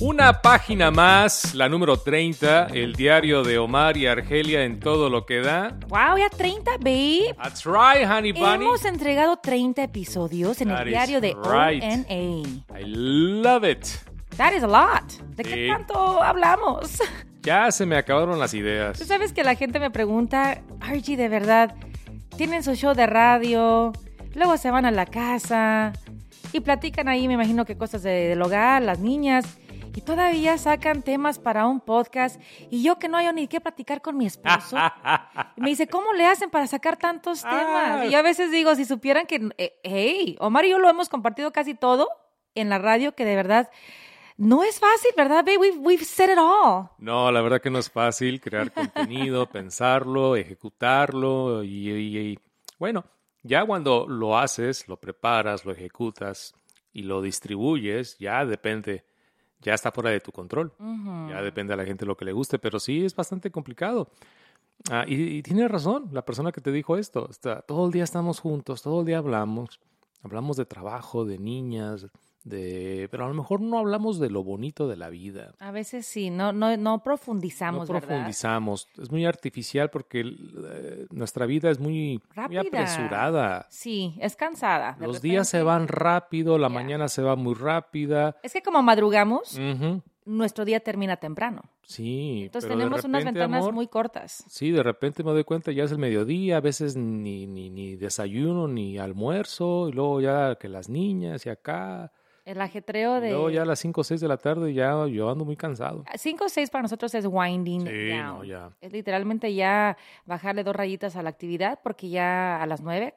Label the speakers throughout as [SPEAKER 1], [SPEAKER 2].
[SPEAKER 1] Una página más, la número 30, el diario de Omar y Argelia en todo lo que da.
[SPEAKER 2] Wow, ya 30, babe.
[SPEAKER 1] A try, honey bunny.
[SPEAKER 2] Hemos entregado 30 episodios en
[SPEAKER 1] That
[SPEAKER 2] el
[SPEAKER 1] is
[SPEAKER 2] diario de
[SPEAKER 1] right.
[SPEAKER 2] ONA.
[SPEAKER 1] I love it.
[SPEAKER 2] That is a lot. ¿De
[SPEAKER 1] Sí.
[SPEAKER 2] qué tanto hablamos?
[SPEAKER 1] Ya se me acabaron las
[SPEAKER 2] Tú
[SPEAKER 1] ideas.
[SPEAKER 2] sabes que la gente me pregunta, Archie, de verdad, tienen su show de radio, luego se van a la casa y platican ahí, me imagino que cosas de- del hogar, las niñas, y todavía sacan temas para un podcast y yo que no hay ni qué platicar con mi esposo. Y me dice, ¿cómo le hacen para sacar tantos temas?
[SPEAKER 1] Ah.
[SPEAKER 2] Y yo a veces digo, si supieran que, eh, hey, Omar y yo lo hemos compartido casi todo en la radio, que de verdad no es fácil, ¿verdad, babe? We've, we've said it all.
[SPEAKER 1] No, la verdad que no es fácil crear contenido, pensarlo, ejecutarlo y, y- y- bueno, ya cuando lo haces, lo preparas, lo ejecutas y lo distribuyes, ya depende, ya está fuera de tu control.
[SPEAKER 2] Mm.
[SPEAKER 1] Ya depende a la gente lo que le guste, pero sí es bastante complicado. Ah, y, y tiene razón la persona que te dijo esto. Está, todo el día estamos juntos, todo el día hablamos. Hablamos de trabajo, de niñas, de... pero a lo mejor no hablamos de lo bonito de la vida.
[SPEAKER 2] A veces sí, no, no, no profundizamos,
[SPEAKER 1] no
[SPEAKER 2] ¿verdad?
[SPEAKER 1] profundizamos. Es muy artificial porque eh, nuestra vida es muy, muy
[SPEAKER 2] Rápida.
[SPEAKER 1] apresurada.
[SPEAKER 2] Sí, es cansada. de
[SPEAKER 1] Los días se
[SPEAKER 2] repente.
[SPEAKER 1] van rápido, la
[SPEAKER 2] Ya.
[SPEAKER 1] mañana se va muy rápida.
[SPEAKER 2] Es que como madrugamos,
[SPEAKER 1] Ujú,
[SPEAKER 2] nuestro día termina temprano.
[SPEAKER 1] Sí.
[SPEAKER 2] Entonces
[SPEAKER 1] Mm. pero de
[SPEAKER 2] tenemos unas
[SPEAKER 1] repente,
[SPEAKER 2] ventanas
[SPEAKER 1] amor,
[SPEAKER 2] muy cortas.
[SPEAKER 1] Sí, de repente me doy cuenta, ya es el mediodía, a veces ni, ni, ni desayuno, ni almuerzo, y luego ya que las niñas y acá.
[SPEAKER 2] El ajetreo
[SPEAKER 1] y
[SPEAKER 2] de...
[SPEAKER 1] luego ya a las 5 o 6 de la tarde ya yo ando muy cansado.
[SPEAKER 2] Cinco o seis para nosotros es winding
[SPEAKER 1] Sí,
[SPEAKER 2] down.
[SPEAKER 1] no, ya.
[SPEAKER 2] Es literalmente ya bajarle dos rayitas a la actividad porque ya a las nueve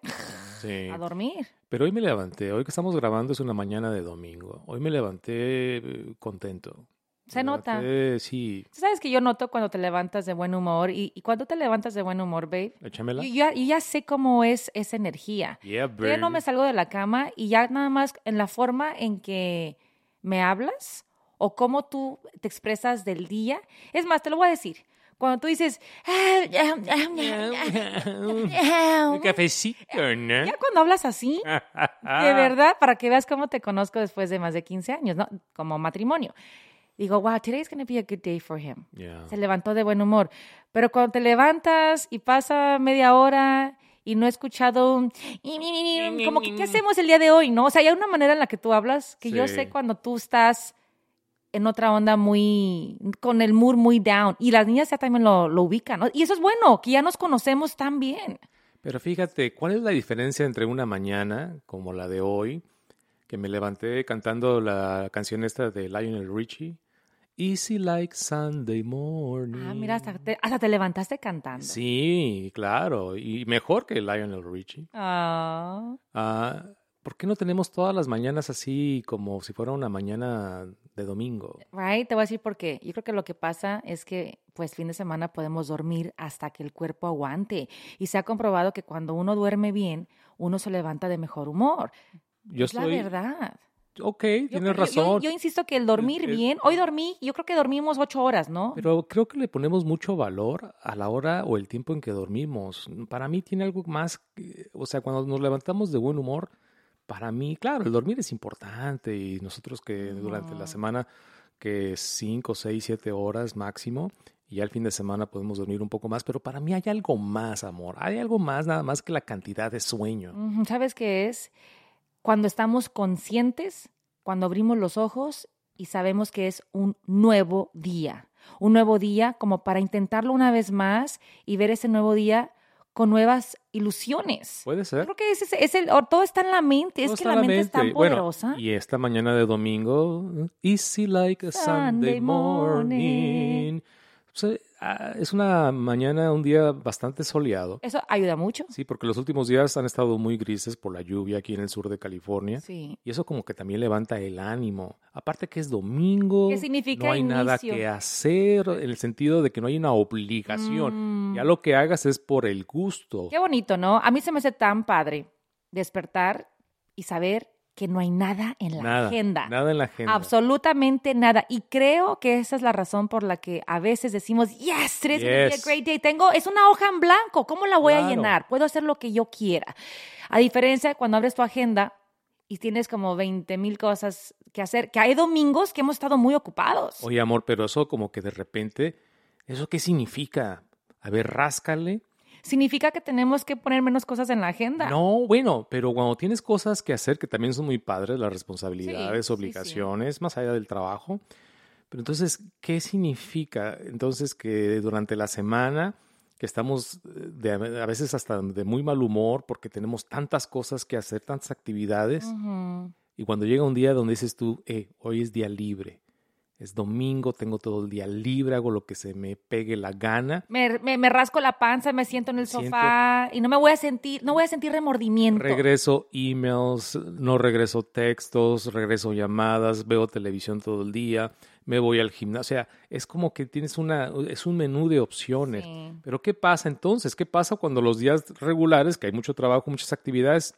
[SPEAKER 1] Sí.
[SPEAKER 2] a dormir.
[SPEAKER 1] Pero hoy me levanté, hoy que estamos grabando es una mañana de domingo. Hoy me levanté eh, contento.
[SPEAKER 2] Se
[SPEAKER 1] Me
[SPEAKER 2] nota.
[SPEAKER 1] levanté, Sí,
[SPEAKER 2] Tú sabes que yo noto cuando te levantas de buen humor y, y cuando te levantas de buen humor, babe, yo
[SPEAKER 1] échamela.
[SPEAKER 2] ya, yo ya sé cómo es esa energía.
[SPEAKER 1] Yeah,
[SPEAKER 2] Yo ya no me
[SPEAKER 1] baby.
[SPEAKER 2] salgo de la cama y ya nada más en la forma en que me hablas o cómo tú te expresas del día. Es más, te lo voy a decir. Cuando tú dices,
[SPEAKER 1] Un
[SPEAKER 2] ya
[SPEAKER 1] cafecito, ¿no?
[SPEAKER 2] cuando hablas así, de verdad, para que veas cómo te conozco después de más de 15 años, ¿no? Como matrimonio. Digo, wow, today's going to be a good day for him.
[SPEAKER 1] Yeah.
[SPEAKER 2] Se levantó de buen humor. Pero cuando te levantas y pasa media hora y no he escuchado un... Como que, ¿qué hacemos el día de hoy? ¿No? O sea, hay una manera en la que tú hablas que yo
[SPEAKER 1] Sí.
[SPEAKER 2] sé cuando tú estás en otra onda muy... con el mood muy down. Y las niñas ya también lo, lo ubican, ¿no? Y eso es bueno, que ya nos conocemos tan bien.
[SPEAKER 1] Pero fíjate, ¿cuál es la diferencia entre una mañana como la de hoy, que me levanté cantando la canción esta de Lionel Richie? Easy like Sunday morning.
[SPEAKER 2] Ah, mira, hasta te, hasta te levantaste cantando.
[SPEAKER 1] Mm. Sí, claro, y mejor que Lionel Richie.
[SPEAKER 2] Ah.
[SPEAKER 1] Ah, ¿Por qué no tenemos todas las mañanas así como si fuera una mañana de domingo?
[SPEAKER 2] Right, te voy a decir por qué. Yo creo que lo que pasa es que, pues, fin de semana podemos dormir hasta que el cuerpo aguante. Y se ha comprobado que cuando uno duerme bien, uno se levanta de mejor humor.
[SPEAKER 1] Yo
[SPEAKER 2] es
[SPEAKER 1] estoy-
[SPEAKER 2] la verdad.
[SPEAKER 1] Ok,
[SPEAKER 2] Yo
[SPEAKER 1] tienes
[SPEAKER 2] creo- yo- yo-
[SPEAKER 1] razón.
[SPEAKER 2] Yo, insisto que el dormir
[SPEAKER 1] Es- es-
[SPEAKER 2] bien, hoy dormí, yo creo que dormimos ocho horas, ¿no?
[SPEAKER 1] Pero creo que le ponemos mucho valor a la hora o el tiempo en que dormimos. Para mí tiene algo más, que- o sea, cuando nos levantamos de buen humor, para mí, claro, el dormir es importante y nosotros que durante la
[SPEAKER 2] Ujú.
[SPEAKER 1] semana, que 5, 6, 7 horas máximo, y ya el fin de semana podemos dormir un poco más, pero para mí hay algo más, amor, hay algo más nada más que la cantidad de sueño.
[SPEAKER 2] Ujú, ¿Sabes qué es? Cuando estamos conscientes, cuando abrimos los ojos y sabemos que es un nuevo día. Un nuevo día como para intentarlo una vez más y ver ese nuevo día con nuevas ilusiones.
[SPEAKER 1] ¿Puede
[SPEAKER 2] Yo
[SPEAKER 1] ser?
[SPEAKER 2] creo que ese es, es el, o todo está en la mente,
[SPEAKER 1] Todo
[SPEAKER 2] es que
[SPEAKER 1] está en
[SPEAKER 2] la mente, es tan
[SPEAKER 1] mente. Bueno,
[SPEAKER 2] poderosa.
[SPEAKER 1] y esta mañana de domingo, mm, easy like a Sunday
[SPEAKER 2] Sunday morning.
[SPEAKER 1] morning. Se- ah, es una mañana, un día bastante soleado.
[SPEAKER 2] Eso ayuda mucho.
[SPEAKER 1] Sí, porque los últimos días han estado muy grises por la lluvia aquí en el sur de California.
[SPEAKER 2] Sí.
[SPEAKER 1] Y eso como que también levanta el ánimo. Aparte que es domingo,
[SPEAKER 2] ¿Qué significa
[SPEAKER 1] no hay nada
[SPEAKER 2] inicio?
[SPEAKER 1] que hacer, en el sentido de que no hay una obligación.
[SPEAKER 2] Mm.
[SPEAKER 1] Ya lo que hagas es por el gusto.
[SPEAKER 2] Qué bonito, ¿no? A mí se me hace tan padre despertar y saber que no hay nada en la
[SPEAKER 1] nada,
[SPEAKER 2] agenda.
[SPEAKER 1] nada en la agenda.
[SPEAKER 2] Absolutamente nada. Y creo que esa es la razón por la que a veces decimos, yes, today's gonna be a
[SPEAKER 1] Yes.
[SPEAKER 2] great day. Tengo, es una hoja en blanco. ¿Cómo la voy a
[SPEAKER 1] Claro.
[SPEAKER 2] llenar? Puedo hacer lo que yo quiera. A diferencia de cuando abres tu agenda y tienes como 20 mil cosas que hacer, que hay domingos que hemos estado muy ocupados.
[SPEAKER 1] Oye, amor, pero eso como que de repente, ¿eso qué significa? A ver, ráscale.
[SPEAKER 2] Significa que tenemos que poner menos cosas en la agenda.
[SPEAKER 1] No, bueno, pero cuando tienes cosas que hacer que también son muy padres, las responsabilidades,
[SPEAKER 2] Sí, sí, sí.
[SPEAKER 1] obligaciones, más allá del trabajo. Pero entonces, ¿qué significa? Entonces que durante la semana que estamos eh, de, a veces hasta de muy mal humor porque tenemos tantas cosas que hacer, tantas actividades,
[SPEAKER 2] Ujú.
[SPEAKER 1] y cuando llega un día donde dices tú, eh, hoy es día libre, es domingo, tengo todo el día libre, hago lo que se me pegue la gana,
[SPEAKER 2] me, me- me rasco la panza, me siento en el
[SPEAKER 1] Siento-
[SPEAKER 2] sofá y no me voy a sentir, no voy a sentir remordimiento.
[SPEAKER 1] Regreso emails, no regreso textos, regreso llamadas, veo televisión todo el día, me voy al gimnasio. O sea, es como que tienes una, es un menú de opciones.
[SPEAKER 2] Sí.
[SPEAKER 1] Pero ¿qué pasa entonces? ¿Qué pasa cuando los días regulares, que hay mucho trabajo, muchas actividades,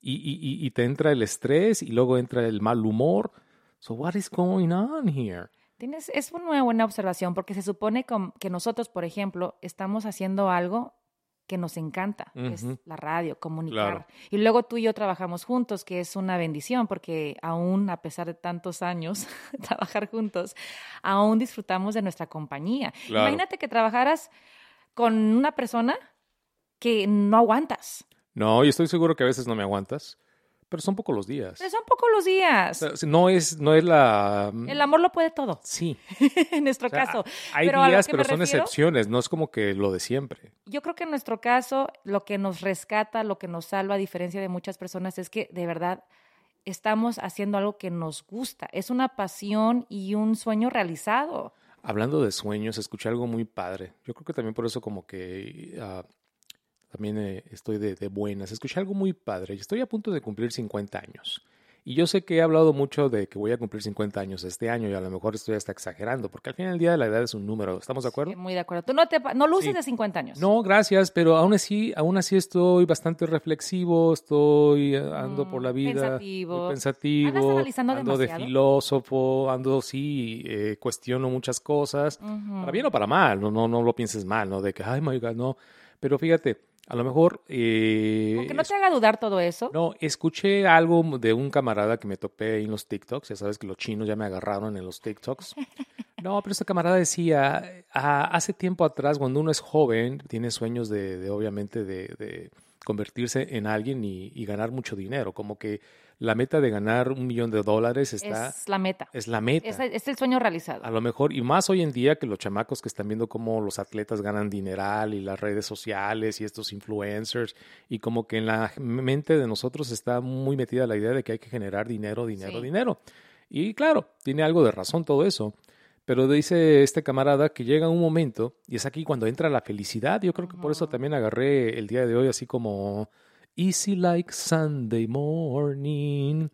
[SPEAKER 1] y, y- y- y te entra el estrés y luego entra el mal humor? So what is going on here?
[SPEAKER 2] Tienes, es una buena observación porque se supone com- que nosotros, por ejemplo, estamos haciendo algo que nos encanta, que es
[SPEAKER 1] Ujú.
[SPEAKER 2] la radio, comunicar.
[SPEAKER 1] Claro.
[SPEAKER 2] Y luego tú y yo trabajamos juntos, que es una bendición porque aún a pesar de tantos años trabajar juntos, aún disfrutamos de nuestra compañía.
[SPEAKER 1] Claro.
[SPEAKER 2] Imagínate que trabajaras con una persona que no aguantas.
[SPEAKER 1] No, y estoy seguro que a veces no me aguantas, pero son pocos los días.
[SPEAKER 2] Pero son pocos los días.
[SPEAKER 1] O sea, No es, no es la... mm,
[SPEAKER 2] El amor lo puede todo,
[SPEAKER 1] Sí.
[SPEAKER 2] en nuestro
[SPEAKER 1] O sea,
[SPEAKER 2] caso.
[SPEAKER 1] Hay
[SPEAKER 2] Pero a lo
[SPEAKER 1] días,
[SPEAKER 2] que
[SPEAKER 1] pero
[SPEAKER 2] me
[SPEAKER 1] son
[SPEAKER 2] refiero-
[SPEAKER 1] excepciones, no es como que lo de siempre.
[SPEAKER 2] Yo creo que en nuestro caso, lo que nos rescata, lo que nos salva, a diferencia de muchas personas, es que de verdad estamos haciendo algo que nos gusta. Es una pasión y un sueño realizado.
[SPEAKER 1] Hablando de sueños, escuché algo muy padre. Yo creo que también por eso como que ah, también eh, estoy de, de buenas. Escuché algo muy padre. Estoy a punto de cumplir 50 años. Y yo sé que he hablado mucho de que voy a cumplir 50 años este año y a lo mejor estoy hasta exagerando, porque al final del día la edad es un número. ¿Estamos de acuerdo?
[SPEAKER 2] Eh, Muy de acuerdo. Tú no, te, pa- no luces
[SPEAKER 1] Sí.
[SPEAKER 2] de 50 años.
[SPEAKER 1] No, gracias, pero aún así, aún así estoy bastante reflexivo, estoy eh, ando por la
[SPEAKER 2] Mm,
[SPEAKER 1] vida muy
[SPEAKER 2] pensativo.
[SPEAKER 1] pensativo,
[SPEAKER 2] ¿Andas analizando
[SPEAKER 1] ando de
[SPEAKER 2] demasiado?
[SPEAKER 1] filósofo, ando sí, eh, cuestiono muchas cosas,
[SPEAKER 2] Ujú.
[SPEAKER 1] para bien o para mal, no, no, no lo pienses mal, no de que ay my God, no, pero fíjate, a lo mejor eh,
[SPEAKER 2] Aunque no te haga dudar todo eso.
[SPEAKER 1] no, escuché algo de un camarada que me topé ahí en los TikToks. Ya sabes que los chinos ya me agarraron en los TikToks. No, pero este camarada decía, "Ah, hace tiempo atrás, cuando uno es joven, tiene sueños de, de, obviamente, de, de convertirse en alguien y, y ganar mucho dinero. Como que la meta de ganar un millón de dólares está, es,
[SPEAKER 2] es la meta.
[SPEAKER 1] la meta.
[SPEAKER 2] Es, es el sueño realizado.
[SPEAKER 1] A lo mejor, y más hoy en día que los chamacos que están viendo cómo los atletas ganan dineral y las redes sociales y estos influencers, y como que en la mente de nosotros está muy metida la idea de que hay que generar dinero, dinero,
[SPEAKER 2] Sí.
[SPEAKER 1] dinero. Y claro, tiene algo de razón todo eso. Pero dice este camarada que llega un momento, y es aquí cuando entra la felicidad. Yo creo que por eso
[SPEAKER 2] Ujú.
[SPEAKER 1] también agarré el día de hoy así como Easy Like Sunday Morning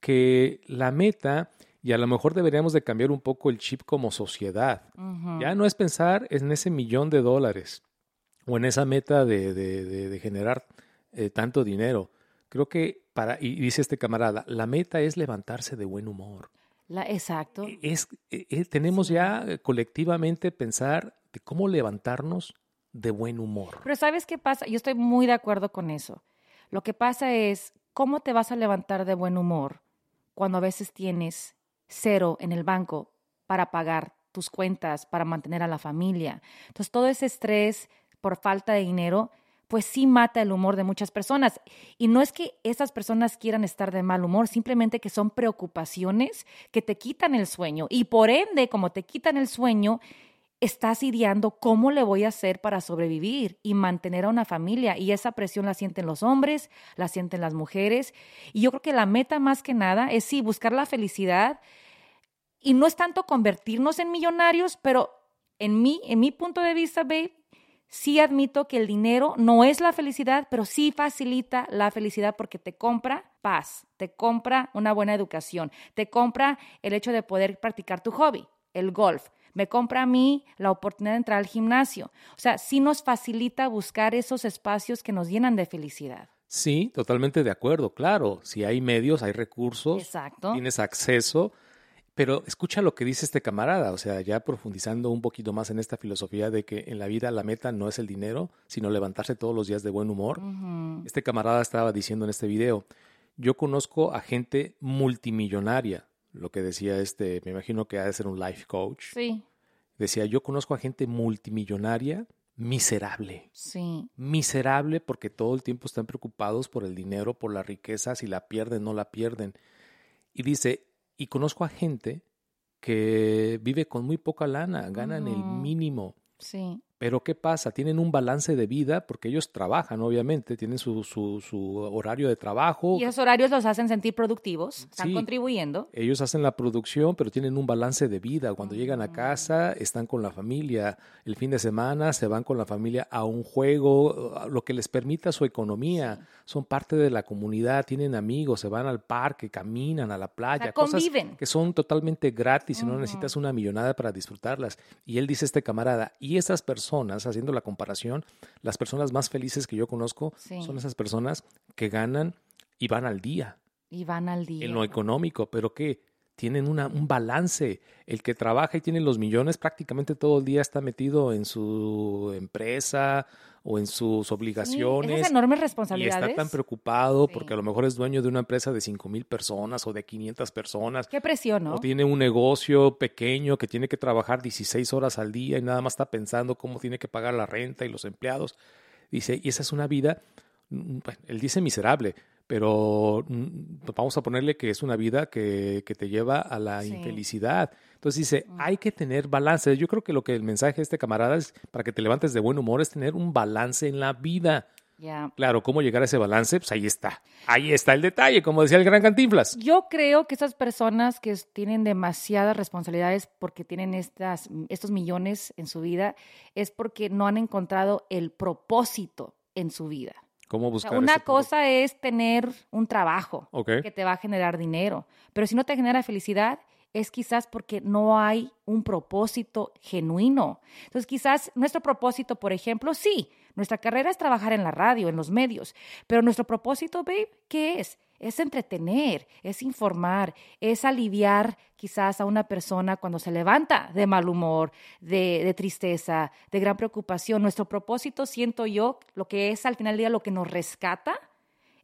[SPEAKER 1] que la meta, y a lo mejor deberíamos de cambiar un poco el chip como sociedad,
[SPEAKER 2] Ujú.
[SPEAKER 1] ya no es pensar en ese millón de dólares o en esa meta de, de- de- de generar eh, tanto dinero. Creo que, para, y dice este camarada, la meta es levantarse de buen humor.
[SPEAKER 2] La- exacto.
[SPEAKER 1] Es, eh, eh, tenemos
[SPEAKER 2] Sí.
[SPEAKER 1] ya eh, colectivamente pensar de cómo levantarnos de buen humor.
[SPEAKER 2] Pero ¿sabes qué pasa? Yo estoy muy de acuerdo con eso. Lo que pasa es, ¿cómo te vas a levantar de buen humor cuando a veces tienes cero en el banco para pagar tus cuentas, para mantener a la familia? Entonces, todo ese estrés por falta de dinero, pues sí mata el humor de muchas personas. Y no es que esas personas quieran estar de mal humor, simplemente que son preocupaciones que te quitan el sueño. Y por ende, como te quitan el sueño, estás ideando cómo le voy a hacer para sobrevivir y mantener a una familia. Y esa presión la sienten los hombres, la sienten las mujeres. Y yo creo que la meta más que nada es sí, buscar la felicidad. Y no es tanto convertirnos en millonarios, pero en mí, en mi punto de vista, babe, sí admito que el dinero no es la felicidad, pero sí facilita la felicidad porque te compra paz, te compra una buena educación, te compra el hecho de poder practicar tu hobby, el golf, me compra a mí la oportunidad de entrar al gimnasio. O sea, sí nos facilita buscar esos espacios que nos llenan de felicidad.
[SPEAKER 1] Sí, totalmente de acuerdo, claro. Si hay medios, hay recursos,
[SPEAKER 2] Exacto.
[SPEAKER 1] tienes acceso, pero escucha lo que dice este camarada, o sea, ya profundizando un poquito más en esta filosofía de que en la vida la meta no es el dinero, sino levantarse todos los días de buen
[SPEAKER 2] Mm.
[SPEAKER 1] humor.
[SPEAKER 2] Ujú.
[SPEAKER 1] Este camarada estaba diciendo en este video, yo conozco a gente multimillonaria lo que decía este, me imagino que ha de ser un life coach.
[SPEAKER 2] Sí,
[SPEAKER 1] Decía, yo conozco a gente multimillonaria miserable.
[SPEAKER 2] sí,
[SPEAKER 1] Miserable porque todo el tiempo están preocupados por el dinero, por la riqueza, si la pierden, no la pierden. Y dice, y conozco a gente que vive con muy poca lana, ganan el
[SPEAKER 2] Mm.
[SPEAKER 1] mínimo.
[SPEAKER 2] sí,
[SPEAKER 1] Pero ¿qué pasa? Tienen un balance de vida porque ellos trabajan, obviamente, tienen su, su- su horario de trabajo.
[SPEAKER 2] Y esos horarios los hacen sentir productivos, están
[SPEAKER 1] Sí.
[SPEAKER 2] contribuyendo.
[SPEAKER 1] Ellos hacen la producción, pero tienen un balance de vida. Cuando llegan a
[SPEAKER 2] Ah.
[SPEAKER 1] casa, están con la familia. El fin de semana se van con la familia a un juego, a lo que les permita su economía. Son parte de la comunidad, tienen amigos, se van al parque, caminan a la playa. cosas
[SPEAKER 2] conviven. Oh,
[SPEAKER 1] que son totalmente gratis y no
[SPEAKER 2] Ujú.
[SPEAKER 1] necesitas una millonada para disfrutarlas. Y él dice este camarada, y esas personas, haciendo la comparación, las personas más felices que yo conozco
[SPEAKER 2] Sí.
[SPEAKER 1] son esas personas que ganan y van al día
[SPEAKER 2] Y van al día.
[SPEAKER 1] en lo económico, pero que tienen una- un balance. El que trabaja y tiene los millones prácticamente todo el día está metido en su empresa o en sus
[SPEAKER 2] Sí,
[SPEAKER 1] obligaciones.
[SPEAKER 2] Esas enormes
[SPEAKER 1] y
[SPEAKER 2] responsabilidades.
[SPEAKER 1] está tan preocupado
[SPEAKER 2] Sí.
[SPEAKER 1] porque a lo mejor es dueño de una empresa de 5 mil personas o de 500 personas.
[SPEAKER 2] Qué presión, ¿no?
[SPEAKER 1] O tiene un negocio pequeño que tiene que trabajar 16 horas al día y nada más está pensando cómo tiene que pagar la renta y los empleados. Dice, y esa es una vida, mm, bueno, él dice miserable, pero mm, vamos a ponerle que es una vida que, que te lleva a la
[SPEAKER 2] Sí. Mm.
[SPEAKER 1] infelicidad. Entonces dice, hay que tener balance. Yo creo que lo que el mensaje de este camarada es, para que te levantes de buen humor, es tener un balance en la vida.
[SPEAKER 2] Ya.
[SPEAKER 1] Claro, ¿cómo llegar a ese balance? Pues ahí está. Ahí está el detalle, como decía el gran Cantinflas.
[SPEAKER 2] Yo creo que esas personas que es- tienen demasiadas responsabilidades porque tienen estas, mm, estos millones en su vida es porque no han encontrado el propósito en su vida.
[SPEAKER 1] ¿Cómo
[SPEAKER 2] O sea,
[SPEAKER 1] buscar
[SPEAKER 2] una
[SPEAKER 1] ese punto?
[SPEAKER 2] cosa es tener un trabajo
[SPEAKER 1] Ok.
[SPEAKER 2] que te va a generar dinero, pero si no te genera felicidad es quizás porque no hay un propósito genuino. Entonces quizás nuestro propósito, por ejemplo, sí, nuestra carrera es trabajar en la radio, en los medios, pero nuestro propósito, babe, ¿qué es? Es entretener, es informar, es aliviar quizás a una persona cuando se levanta de mal humor, de, de tristeza, de gran preocupación. Nuestro propósito, siento yo, lo que es al final del día lo que nos rescata,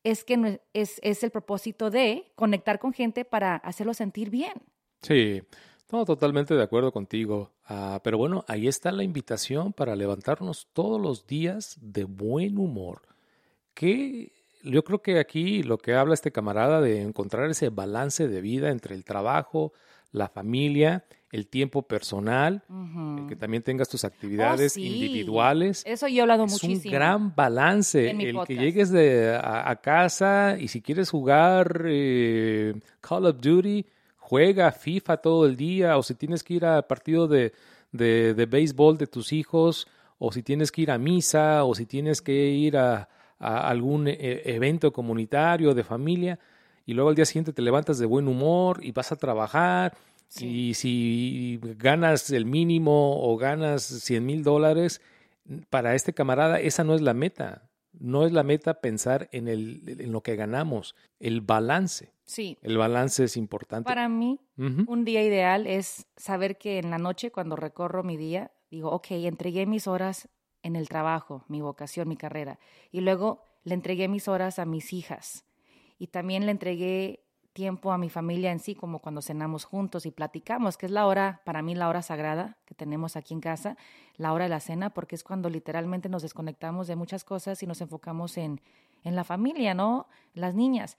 [SPEAKER 2] es que no- es, es el propósito de conectar con gente para hacerlo sentir bien.
[SPEAKER 1] Sí, no, totalmente de acuerdo contigo. Ah, pero bueno, ahí está la invitación para levantarnos todos los días de buen humor. Que yo creo que aquí lo que habla este camarada de encontrar ese balance de vida entre el trabajo, la familia, el tiempo personal,
[SPEAKER 2] Ujú.
[SPEAKER 1] el que también tengas tus actividades
[SPEAKER 2] Oh, sí.
[SPEAKER 1] individuales.
[SPEAKER 2] Eso yo he hablado
[SPEAKER 1] Es un
[SPEAKER 2] muchísimo.
[SPEAKER 1] gran balance
[SPEAKER 2] en
[SPEAKER 1] el
[SPEAKER 2] mi
[SPEAKER 1] que
[SPEAKER 2] podcast.
[SPEAKER 1] llegues de, a, a casa y si quieres jugar eh, Call of Duty, juega FIFA todo el día o si tienes que ir a partido de, de, de béisbol de tus hijos o si tienes que ir a misa o si tienes que ir a, a algún eh, evento comunitario de familia y luego al día siguiente te levantas de buen humor y vas a trabajar
[SPEAKER 2] Sí.
[SPEAKER 1] y si ganas el mínimo o ganas 100 mil dólares, para este camarada esa no es la meta. No es la meta pensar en, el, en lo que ganamos, el balance.
[SPEAKER 2] Sí.
[SPEAKER 1] El balance es importante.
[SPEAKER 2] Para mí,
[SPEAKER 1] Ujú.
[SPEAKER 2] un día ideal es saber que en la noche, cuando recorro mi día, digo, ok, entregué mis horas en el trabajo, mi vocación, mi carrera. Y luego le entregué mis horas a mis hijas. Y también le entregué tiempo a mi familia en sí, como cuando cenamos juntos y platicamos, que es la hora, para mí la hora sagrada que tenemos aquí en casa, la hora de la cena, porque es cuando literalmente nos desconectamos de muchas cosas y nos enfocamos en, en la familia, ¿no? Las niñas.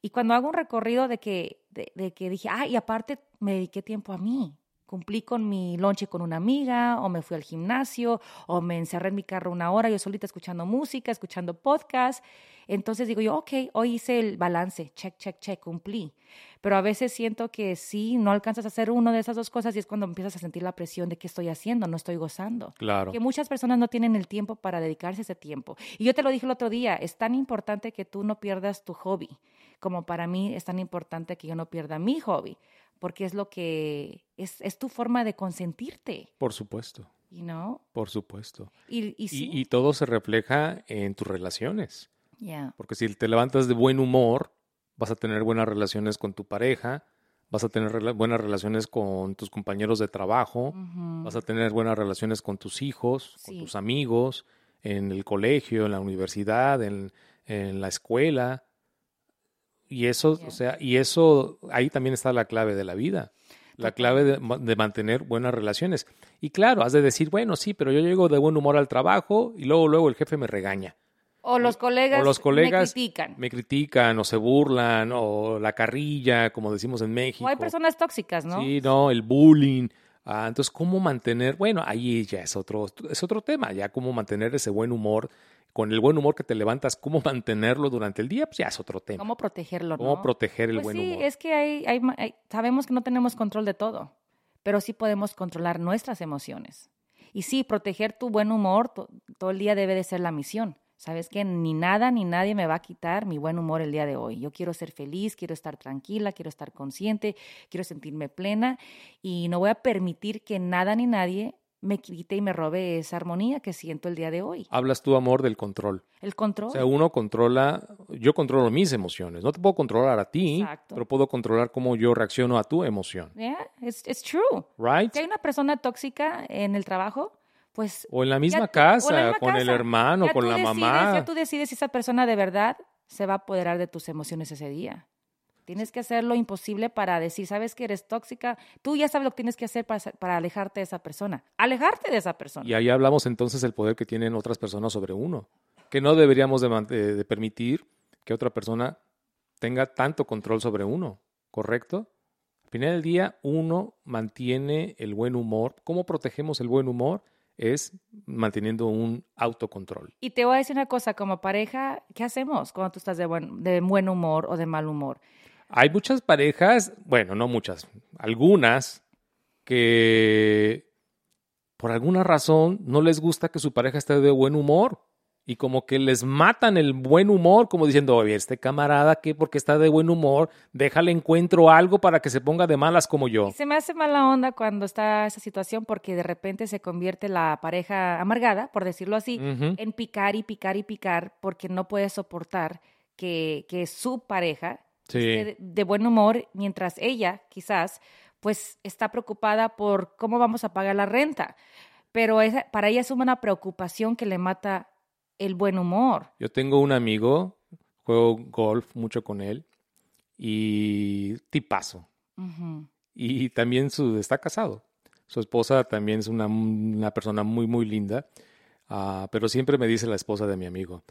[SPEAKER 2] Y cuando hago un recorrido de que, de, de que dije, ah, y aparte me dediqué tiempo a mí. Cumplí con mi lonche con una amiga, o me fui al gimnasio, o me encerré en mi carro una hora yo solita escuchando música, escuchando podcast. Entonces digo yo, ok, hoy hice el balance, check, check, check, cumplí. Pero a veces siento que sí, no alcanzas a hacer una de esas dos cosas y es cuando empiezas a sentir la presión de qué estoy haciendo, no estoy gozando
[SPEAKER 1] Claro.
[SPEAKER 2] que muchas personas no tienen el tiempo para dedicarse ese tiempo. Y yo te lo dije el otro día, es tan importante que tú no pierdas tu hobby, como para mí es tan importante que yo no pierda mi hobby, porque es lo que es, es tu forma de consentirte,
[SPEAKER 1] Por supuesto,
[SPEAKER 2] you know?
[SPEAKER 1] por supuesto.
[SPEAKER 2] Y, y sí,
[SPEAKER 1] Y, y todo se refleja en tus relaciones.
[SPEAKER 2] yeah.
[SPEAKER 1] Porque si te levantas de buen humor, vas a tener buenas relaciones con tu pareja, vas a tener rela- buenas relaciones con tus compañeros de trabajo,
[SPEAKER 2] Ujú.
[SPEAKER 1] vas a tener buenas relaciones con tus hijos,
[SPEAKER 2] Sí.
[SPEAKER 1] con tus amigos, en el colegio, en la universidad, en, en la escuela. Y eso,
[SPEAKER 2] Ya.
[SPEAKER 1] o sea, y eso, ahí también está la clave de la vida, la clave de, ma- de mantener buenas relaciones. Y claro, has de decir, bueno, sí, pero yo llego de buen humor al trabajo y luego, luego el jefe me regaña.
[SPEAKER 2] O los colegas,
[SPEAKER 1] o los colegas
[SPEAKER 2] me critican.
[SPEAKER 1] me critican o se burlan o la carrilla, como decimos en México.
[SPEAKER 2] O hay personas tóxicas, ¿no?
[SPEAKER 1] Sí, no, el bullying. Ah, entonces, ¿cómo mantener? Bueno, ahí ya es otro, es otro tema, ya cómo mantener ese buen humor. Con el buen humor que te levantas, ¿cómo mantenerlo durante el día? Pues ya es otro tema.
[SPEAKER 2] ¿Cómo protegerlo?
[SPEAKER 1] ¿Cómo
[SPEAKER 2] no?
[SPEAKER 1] proteger el
[SPEAKER 2] Pues
[SPEAKER 1] buen
[SPEAKER 2] sí,
[SPEAKER 1] humor?
[SPEAKER 2] es que hay, hay ma- hay- sabemos que no tenemos control de todo, pero sí podemos controlar nuestras emociones. Y sí, proteger tu buen humor to- todo el día debe de ser la misión. Sabes que ni nada ni nadie me va a quitar mi buen humor el día de hoy. Yo quiero ser feliz, quiero estar tranquila, quiero estar consciente, quiero sentirme plena y no voy a permitir que nada ni nadie me quite y me robe esa armonía que siento el día de hoy.
[SPEAKER 1] Hablas tú, amor, del control.
[SPEAKER 2] El control.
[SPEAKER 1] O sea, uno controla, yo controlo mis emociones. No te puedo controlar a ti,
[SPEAKER 2] Exacto.
[SPEAKER 1] pero puedo controlar cómo yo reacciono a tu emoción.
[SPEAKER 2] Yeah, it's- it's true.
[SPEAKER 1] ¿Right?
[SPEAKER 2] Si hay una persona tóxica en el trabajo, pues
[SPEAKER 1] O en la misma
[SPEAKER 2] tú-
[SPEAKER 1] casa,
[SPEAKER 2] o en la misma
[SPEAKER 1] con el
[SPEAKER 2] casa.
[SPEAKER 1] hermano,
[SPEAKER 2] ya
[SPEAKER 1] con
[SPEAKER 2] tú
[SPEAKER 1] la
[SPEAKER 2] decides-
[SPEAKER 1] mamá.
[SPEAKER 2] Ya tú decides si esa persona de verdad se va a apoderar de tus emociones ese día. Tienes que hacer lo imposible para decir, sabes que eres tóxica, tú ya sabes lo que tienes que hacer para, sa- para alejarte de esa persona. Alejarte de esa persona.
[SPEAKER 1] Y ahí hablamos entonces del poder que tienen otras personas sobre uno, que no deberíamos de, man- de- de permitir que otra persona tenga tanto control sobre uno, ¿correcto? Al final del día, uno mantiene el buen humor. ¿Cómo protegemos el buen humor? Es manteniendo un autocontrol.
[SPEAKER 2] Y te voy a decir una cosa, como pareja, ¿qué hacemos cuando tú estás de buen, de buen humor o de mal humor?
[SPEAKER 1] Hay muchas parejas, bueno, no muchas, algunas que por alguna razón no les gusta que su pareja esté de buen humor y como que les matan el buen humor, como diciendo, oye, este camarada que porque está de buen humor, déjale encuentro algo para que se ponga de malas como yo.
[SPEAKER 2] Y se me hace mala onda cuando está esa situación porque de repente se convierte la pareja amargada, por decirlo así,
[SPEAKER 1] Ujú.
[SPEAKER 2] en picar y picar y picar porque no puede soportar que, que su pareja esté
[SPEAKER 1] Sí,
[SPEAKER 2] de, este, de buen humor mientras ella quizás pues está preocupada por cómo vamos a pagar la renta. Pero esa- para ella es una preocupación que le mata el buen humor.
[SPEAKER 1] yo tengo un amigo, juego golf mucho con él y tipazo.
[SPEAKER 2] Ujú.
[SPEAKER 1] y también su, está casado. Su esposa también es una, una persona muy, muy linda, ah, pero siempre me dice la esposa de mi amigo,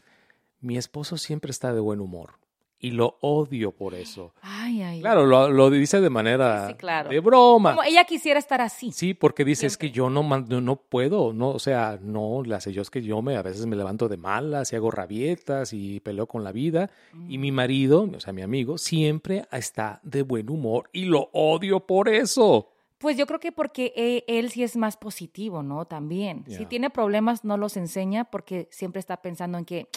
[SPEAKER 1] mi esposo siempre está de buen humor y lo odio por eso.
[SPEAKER 2] Ay, ay.
[SPEAKER 1] Claro, lo, lo dice de manera
[SPEAKER 2] Sí, sí, claro.
[SPEAKER 1] de broma.
[SPEAKER 2] Como ella quisiera estar así.
[SPEAKER 1] Sí, porque dice, es que yo no, man- no, no puedo, no, o sea, no, las yo es que yo me, a veces me levanto de malas y hago rabietas y peleo con la vida. Y mi marido, o sea, mi amigo, siempre está de buen humor y lo odio por eso.
[SPEAKER 2] Pues yo creo que porque e- él sí es más positivo, ¿no? También. Si
[SPEAKER 1] Ya.
[SPEAKER 2] tiene problemas, no los enseña porque siempre está pensando en que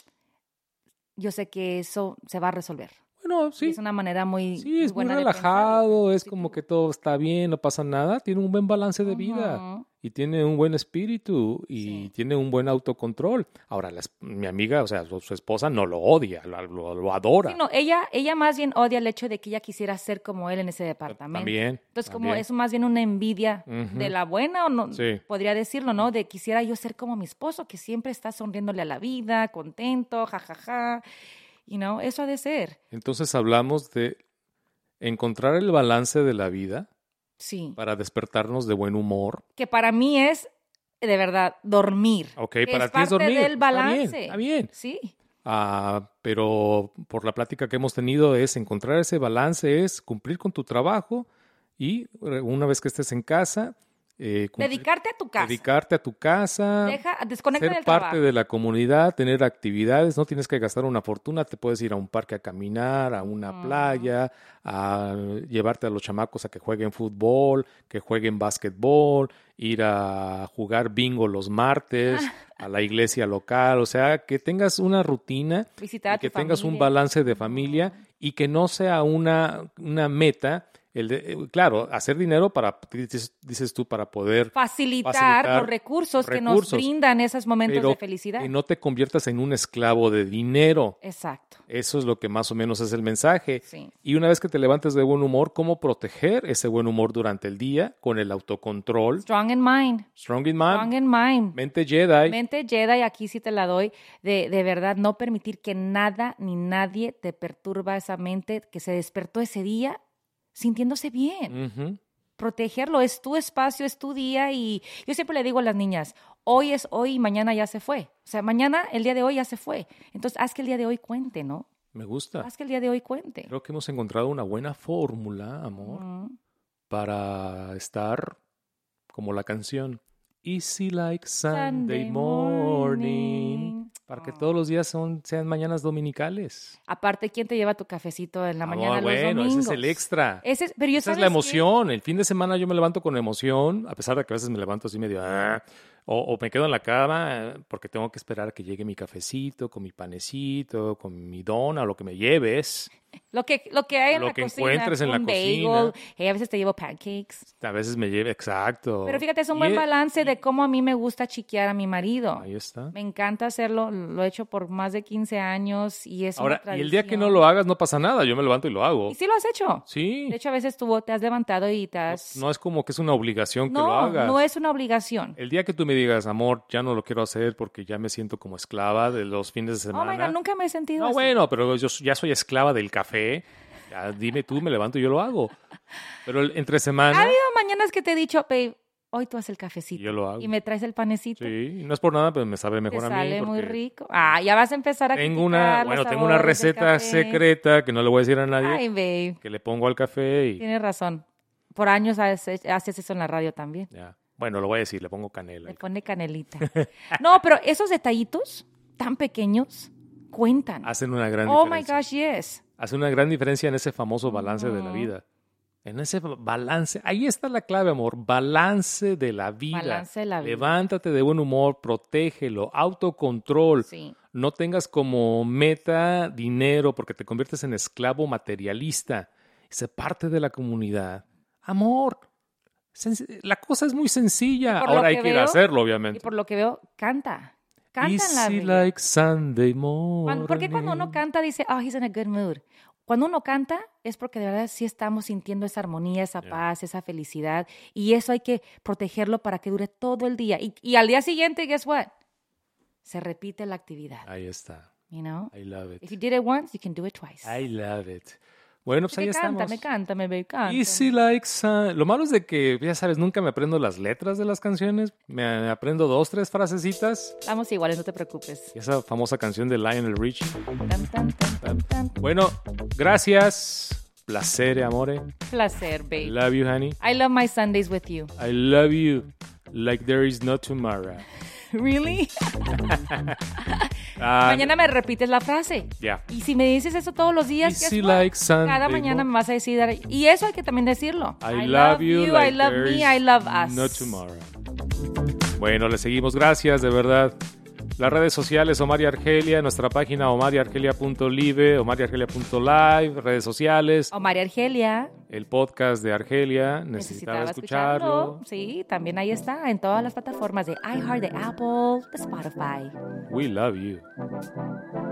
[SPEAKER 2] yo sé que eso se va a resolver.
[SPEAKER 1] Bueno,
[SPEAKER 2] Y
[SPEAKER 1] sí,
[SPEAKER 2] es una manera muy,
[SPEAKER 1] sí, es muy
[SPEAKER 2] buena de
[SPEAKER 1] relajado,
[SPEAKER 2] pensar.
[SPEAKER 1] es como que todo está bien, no pasa nada, tiene un buen balance de vida
[SPEAKER 2] Ujú.
[SPEAKER 1] y tiene un buen espíritu y
[SPEAKER 2] Sí.
[SPEAKER 1] tiene un buen autocontrol. Ahora, la es- mi amiga, o sea, su, su esposa no lo odia, lo, lo- lo adora.
[SPEAKER 2] Sí, no, ella, ella más bien odia el hecho de que ella quisiera ser como él en ese departamento.
[SPEAKER 1] Ah, También.
[SPEAKER 2] Entonces, como
[SPEAKER 1] también.
[SPEAKER 2] es más bien una envidia
[SPEAKER 1] Ujú.
[SPEAKER 2] de la buena, o no,
[SPEAKER 1] Sí.
[SPEAKER 2] podría decirlo, ¿no? De quisiera yo ser como mi esposo, que siempre está sonriéndole a la vida, contento, jajaja. Y no, eso ha de ser.
[SPEAKER 1] Entonces hablamos de encontrar el balance de la vida
[SPEAKER 2] Sí.
[SPEAKER 1] para despertarnos de buen humor.
[SPEAKER 2] que para mí es de verdad dormir.
[SPEAKER 1] Ok,
[SPEAKER 2] que
[SPEAKER 1] para
[SPEAKER 2] es
[SPEAKER 1] ti es
[SPEAKER 2] parte
[SPEAKER 1] dormir.
[SPEAKER 2] del
[SPEAKER 1] Está bien,
[SPEAKER 2] balance.
[SPEAKER 1] está bien.
[SPEAKER 2] Sí.
[SPEAKER 1] Ah, pero por la plática que hemos tenido es encontrar ese balance, es cumplir con tu trabajo y eh, una vez que estés en casa, eh, cumplir-
[SPEAKER 2] Dedicarte a tu casa.
[SPEAKER 1] dedicarte a tu casa,
[SPEAKER 2] Deja, desconecta
[SPEAKER 1] ser
[SPEAKER 2] del
[SPEAKER 1] parte
[SPEAKER 2] trabajo.
[SPEAKER 1] de la comunidad, tener actividades, no tienes que gastar una fortuna, te puedes ir a un parque a caminar, a una
[SPEAKER 2] Ujú.
[SPEAKER 1] playa, a llevarte a los chamacos a que jueguen fútbol, que jueguen básquetbol, ir a jugar bingo los martes, a la iglesia local, o sea, que tengas una rutina
[SPEAKER 2] Visitar a
[SPEAKER 1] y que
[SPEAKER 2] tu
[SPEAKER 1] tengas un
[SPEAKER 2] familia.
[SPEAKER 1] balance de familia y que no sea una, una meta El de, eh, claro, hacer dinero para, dices, dices tú, para poder
[SPEAKER 2] Facilitar,
[SPEAKER 1] Facilitar
[SPEAKER 2] los recursos, que nos
[SPEAKER 1] recursos,
[SPEAKER 2] brindan esos momentos
[SPEAKER 1] pero
[SPEAKER 2] de felicidad.
[SPEAKER 1] que no te conviertas en un esclavo de dinero.
[SPEAKER 2] Exacto.
[SPEAKER 1] Eso es lo que más o menos es el mensaje.
[SPEAKER 2] Sí.
[SPEAKER 1] Y una vez que te levantes de buen humor, ¿cómo proteger ese buen humor durante el día con el autocontrol?
[SPEAKER 2] Strong in mind.
[SPEAKER 1] Strong in mind,
[SPEAKER 2] Strong in mind.
[SPEAKER 1] mente Jedi.
[SPEAKER 2] Mente Jedi, aquí sí te la doy, de, de verdad no permitir que nada ni nadie te perturba esa mente que se despertó ese día sintiéndose bien.
[SPEAKER 1] Ujú.
[SPEAKER 2] Protegerlo es tu espacio, es tu día y yo siempre le digo a las niñas, hoy es hoy y mañana ya se fue. O sea, mañana, el día de hoy ya se fue. Entonces, haz que el día de hoy cuente, ¿no?
[SPEAKER 1] Me gusta.
[SPEAKER 2] Haz que el día de hoy cuente.
[SPEAKER 1] Creo que hemos encontrado una buena fórmula, amor,
[SPEAKER 2] Mm.
[SPEAKER 1] para estar como la canción. Easy like Sunday,
[SPEAKER 2] Sunday
[SPEAKER 1] morning.
[SPEAKER 2] morning.
[SPEAKER 1] Para que
[SPEAKER 2] Ah.
[SPEAKER 1] todos los días son- sean mañanas dominicales.
[SPEAKER 2] Aparte, ¿quién te lleva tu cafecito en la
[SPEAKER 1] Amor,
[SPEAKER 2] mañana los
[SPEAKER 1] Ah, bueno, ese
[SPEAKER 2] domingos?
[SPEAKER 1] es el extra.
[SPEAKER 2] Ese es- pero yo
[SPEAKER 1] Esa es
[SPEAKER 2] ¿sabes
[SPEAKER 1] la
[SPEAKER 2] qué?
[SPEAKER 1] emoción. El fin de semana yo me levanto con emoción, a pesar de que a veces me levanto así medio. "Ah", o, o me quedo en la cama eh, porque tengo que esperar a que llegue mi cafecito, con mi panecito, con mi dona o lo que me lleves.
[SPEAKER 2] Lo que, lo que hay en
[SPEAKER 1] Lo
[SPEAKER 2] la
[SPEAKER 1] que
[SPEAKER 2] cocina.
[SPEAKER 1] encuentres en la
[SPEAKER 2] un
[SPEAKER 1] cocina.
[SPEAKER 2] bagel, eh, a veces te llevo pancakes.
[SPEAKER 1] A veces me lleve, exacto.
[SPEAKER 2] Pero fíjate, es un
[SPEAKER 1] Y
[SPEAKER 2] buen
[SPEAKER 1] e-
[SPEAKER 2] balance de cómo a mí me gusta chiquear a mi marido.
[SPEAKER 1] Ahí está.
[SPEAKER 2] Me encanta hacerlo, lo he hecho por más de 15 años y es
[SPEAKER 1] Ahora,
[SPEAKER 2] una
[SPEAKER 1] y el día que no
[SPEAKER 2] tradición.
[SPEAKER 1] lo hagas no pasa nada, yo me levanto y lo hago.
[SPEAKER 2] Y sí lo has hecho.
[SPEAKER 1] Sí,
[SPEAKER 2] De hecho, a veces tú te has levantado y te has...
[SPEAKER 1] no es como que es una obligación que
[SPEAKER 2] No,
[SPEAKER 1] lo hagas.
[SPEAKER 2] no es una obligación.
[SPEAKER 1] El día que tú me digas, amor, ya no lo quiero hacer porque ya me siento como esclava de los fines de
[SPEAKER 2] Oh,
[SPEAKER 1] semana.
[SPEAKER 2] my God, nunca me he sentido
[SPEAKER 1] No,
[SPEAKER 2] así.
[SPEAKER 1] bueno, pero yo s- ya soy esclava del café. Ya dime tú, me levanto y yo lo hago. Pero el- entre
[SPEAKER 2] Ha
[SPEAKER 1] semana,
[SPEAKER 2] habido mañanas que te he dicho, babe, hoy tú haces el cafecito.
[SPEAKER 1] yo lo hago.
[SPEAKER 2] Y me traes el panecito.
[SPEAKER 1] Sí, no es por nada, pero me sabe
[SPEAKER 2] Te
[SPEAKER 1] mejor a mí.
[SPEAKER 2] sale muy
[SPEAKER 1] porque
[SPEAKER 2] rico. Ah, ya vas a empezar a
[SPEAKER 1] Tengo una,
[SPEAKER 2] criticar los
[SPEAKER 1] bueno, tengo una
[SPEAKER 2] sabores del
[SPEAKER 1] receta
[SPEAKER 2] café.
[SPEAKER 1] secreta que no le voy a decir a nadie,
[SPEAKER 2] Ay, babe.
[SPEAKER 1] que le pongo al café y
[SPEAKER 2] Tienes razón. Por años haces, haces eso en la radio también.
[SPEAKER 1] ya. Bueno, lo voy a decir, le pongo canela.
[SPEAKER 2] Le pone canelita. No, pero esos detallitos tan pequeños cuentan.
[SPEAKER 1] Hacen una gran
[SPEAKER 2] Oh my
[SPEAKER 1] Ah, diferencia.
[SPEAKER 2] gosh, yes.
[SPEAKER 1] Hace una gran diferencia en ese famoso balance de la
[SPEAKER 2] Ujú.
[SPEAKER 1] vida. En ese ba- balance, ahí está la clave, amor, balance de la vida.
[SPEAKER 2] Balance de la vida.
[SPEAKER 1] Levántate de buen humor, protégelo, autocontrol.
[SPEAKER 2] Sí.
[SPEAKER 1] No tengas como meta dinero porque te conviertes en esclavo materialista. Sé parte de la comunidad. Amor, sen- la cosa es muy sencilla.
[SPEAKER 2] Y por lo
[SPEAKER 1] Ahora hay
[SPEAKER 2] que
[SPEAKER 1] que ir a
[SPEAKER 2] veo,
[SPEAKER 1] hacerlo,
[SPEAKER 2] Y
[SPEAKER 1] obviamente.
[SPEAKER 2] por lo que veo, canta. Canta en la
[SPEAKER 1] Easy
[SPEAKER 2] vida.
[SPEAKER 1] like Sunday
[SPEAKER 2] Cuando-
[SPEAKER 1] morning.
[SPEAKER 2] porque cuando uno canta dice, oh, he's in a good mood. Cuando uno canta es porque de verdad sí estamos sintiendo esa armonía, esa
[SPEAKER 1] Ya.
[SPEAKER 2] paz, esa felicidad. Y eso hay que protegerlo para que dure todo el día. Y, y al día siguiente, guess what? Se repite la actividad,
[SPEAKER 1] Ahí está.
[SPEAKER 2] you know?
[SPEAKER 1] I love it.
[SPEAKER 2] If you did it once, you can do it twice.
[SPEAKER 1] I love it. Bueno, pues ahí
[SPEAKER 2] Así que cántame,
[SPEAKER 1] estamos.
[SPEAKER 2] cántame, baby, cántame.
[SPEAKER 1] Easy like sun- Lo malo es de que, ya sabes, nunca me aprendo las letras de las canciones. Me aprendo dos, tres frasecitas.
[SPEAKER 2] Estamos iguales, no te preocupes.
[SPEAKER 1] Y esa famosa canción de Lionel Richie.
[SPEAKER 2] Tan, tan, tan, tan, tan.
[SPEAKER 1] Bueno, gracias. Placer, amore.
[SPEAKER 2] Placer,
[SPEAKER 1] I
[SPEAKER 2] baby.
[SPEAKER 1] love you, honey.
[SPEAKER 2] I love my Sundays with you.
[SPEAKER 1] I love you like there is no tomorrow.
[SPEAKER 2] Really?
[SPEAKER 1] Ah,
[SPEAKER 2] Mañana me repites la frase.
[SPEAKER 1] Ya.
[SPEAKER 2] Y si me dices eso todos los días,
[SPEAKER 1] Easy
[SPEAKER 2] guess what?
[SPEAKER 1] like Sunday
[SPEAKER 2] cada mañana me
[SPEAKER 1] morning.
[SPEAKER 2] vas a decir, y eso hay que también decirlo.
[SPEAKER 1] I, love you, like
[SPEAKER 2] I love
[SPEAKER 1] there
[SPEAKER 2] me,
[SPEAKER 1] is
[SPEAKER 2] I love us.
[SPEAKER 1] No tomorrow. Bueno, le seguimos. Gracias, de verdad. Las redes sociales Omar y Argelia, nuestra página omariargelia.live, omariargelia.live, redes sociales,
[SPEAKER 2] O María Argelia,
[SPEAKER 1] el podcast de Argelia, necesitaba, escucharlo.
[SPEAKER 2] Sí, también ahí está, en todas las plataformas de iHeart, de Apple, de Spotify.
[SPEAKER 1] We love you.